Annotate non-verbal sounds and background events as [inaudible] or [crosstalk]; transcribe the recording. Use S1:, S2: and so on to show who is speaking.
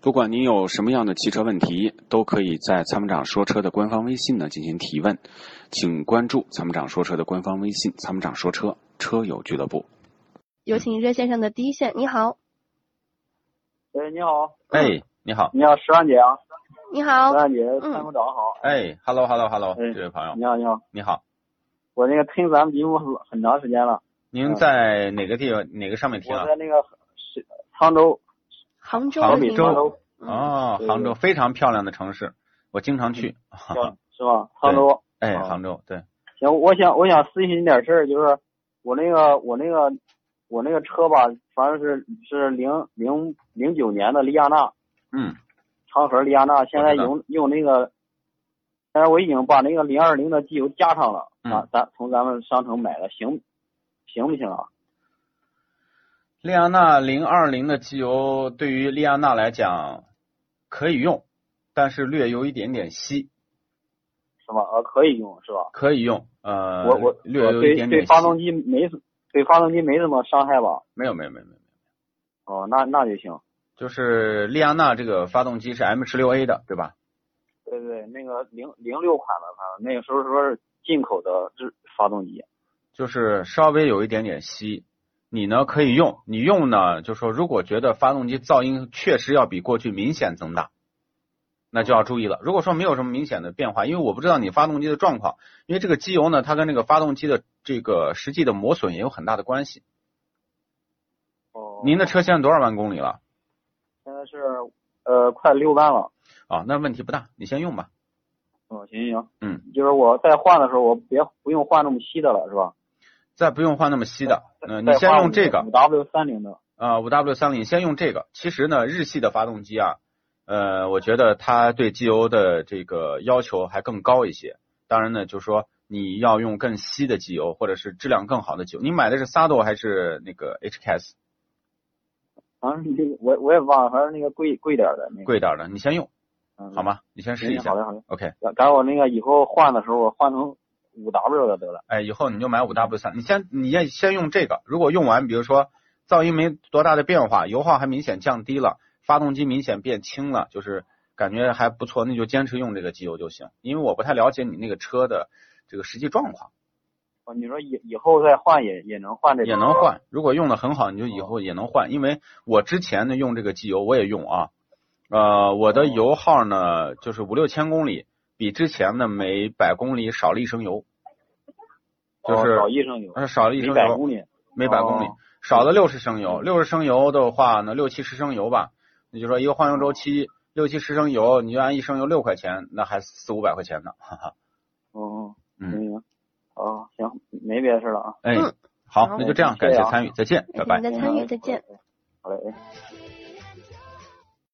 S1: 不管您有什么样的汽车问题，都可以在参谋长说车的官方微信呢进行提问，请关注参谋长说车的官方微信“参谋长说车车友俱乐部
S2: 有请热线上的第一线，你好，
S3: 喂，你好，
S4: 哎，你好，
S3: 你好，石安姐啊，
S2: 你好
S3: 石，安姐，参谋长好，
S4: 哎，hello hello hello，
S3: 哎
S4: 这位朋友，
S3: 你好，你好，
S4: 你好，
S3: 我那个听咱们节目很很长时间了，
S4: 您在哪个地方哪个上面
S3: 嗯
S4: 听
S3: 我
S4: 啊？
S3: 在那个是沧州，
S2: 杭州
S4: 杭
S2: 的
S4: 州
S2: 听众，嗯
S4: 哦，
S3: 对
S4: 杭州非常漂亮的城市，我经常去。哈哈
S3: 叫是吧？沧州，
S4: [laughs] 哎，
S3: 啊
S4: 杭州，啊对，
S3: 行，我想我想咨询你点事儿，就是我那个我那个我那个车吧，反正是是零零零九年的利亚纳，
S4: 嗯，
S3: 长河利亚纳，现在
S4: 我知道
S3: 用用那个，但是我已经把那个零二零的机油加上了，
S4: 嗯
S3: 咱咱从咱们商城买的，行行不行啊？
S4: 利亚纳零二零的机油对于利亚纳来讲可以用，但是略有一点点稀，
S3: 是吧？啊，可以用是吧？
S4: 可以用，呃，
S3: 我我
S4: 略
S3: 我
S4: 有一
S3: 对
S4: 点
S3: 对
S4: 点
S3: 发
S4: 稀，
S3: 动机没什对发动机没什么伤害吧？
S4: 没有没有没有没有，
S3: 哦，那那就行。
S4: 就是利亚纳这个发动机是 M 十六 A 的，对吧？
S3: 对对，那个零零六款的，反正那个时候说是进口的日发动机。
S4: 就是稍微有一点点稀。你呢可以用，你用呢就说如果觉得发动机噪音确实要比过去明显增大，那就要注意了。如果说没有什么明显的变化，因为我不知道你发动机的状况，因为这个机油呢，它跟这个发动机的这个实际的磨损也有很大的关系。
S3: 哦
S4: 您的车现在多少万公里了
S3: 现在是呃快六万了。
S4: 啊？那问题不大，你先用吧。
S3: 哦，行行行，
S4: 嗯，
S3: 就是我再换的时候，我别不用换那么稀的了，是吧？
S4: 再不用换那么稀的，嗯、
S3: 再
S4: 你先
S3: 换
S4: 用这个
S3: 五 W 三零的。
S4: 啊，五 W 三零先用这个。其实呢，日系的发动机啊，呃，我觉得它对机油的这个要求还更高一些。当然呢，就是说你要用更稀的机油，或者是质量更好的机油。你买的是 Sado 还是那个 HKS
S3: 反正这个我我也忘了，反正那个贵贵点儿的那个。
S4: 贵点儿的？你先用
S3: 嗯，
S4: 好吗？你先试一
S3: 行？
S4: 下
S3: 好。的好的，
S4: OK，
S3: 赶赶我那个以后换的时候，我换成五 W 的得了。
S4: 哎，以后你就买五 W 三，你先你先先用这个。如果用完，比如说噪音没多大的变化，油耗还明显降低了，发动机明显变轻了，就是感觉还不错，那就坚持用这个机油就行。因为我不太了解你那个车的这个实际状况，
S3: 哦，你说以以后再换也也能换这个？
S4: 也能。换。如果用的很好，你就以后也能换。因为我之前呢用这个机油我也用啊，呃，我的油耗呢就是五六千公里，比之前呢每百公里少了一升油，就是
S3: 哦、找医生有，
S4: 呃少了一
S3: 一
S4: 升
S3: 百
S4: 油。
S3: 公里。
S4: 每百公里，
S3: 哦
S4: 少了六十升油，六十升油的话呢，六七十升油吧，你就说一个换油周期六七十升油，你就按一升油六块钱，那还四五百块钱呢，哈哈，
S3: 哦，行
S4: 嗯，
S3: 行。哦，行，没别的事了啊。
S4: 哎
S2: 嗯，
S4: 好，那就这样，感谢啊哎
S3: 好
S4: 参与，再见，拜拜。
S2: 感谢您的参与，
S3: 嗯
S2: 再见。
S3: 好嘞。哎
S5: 「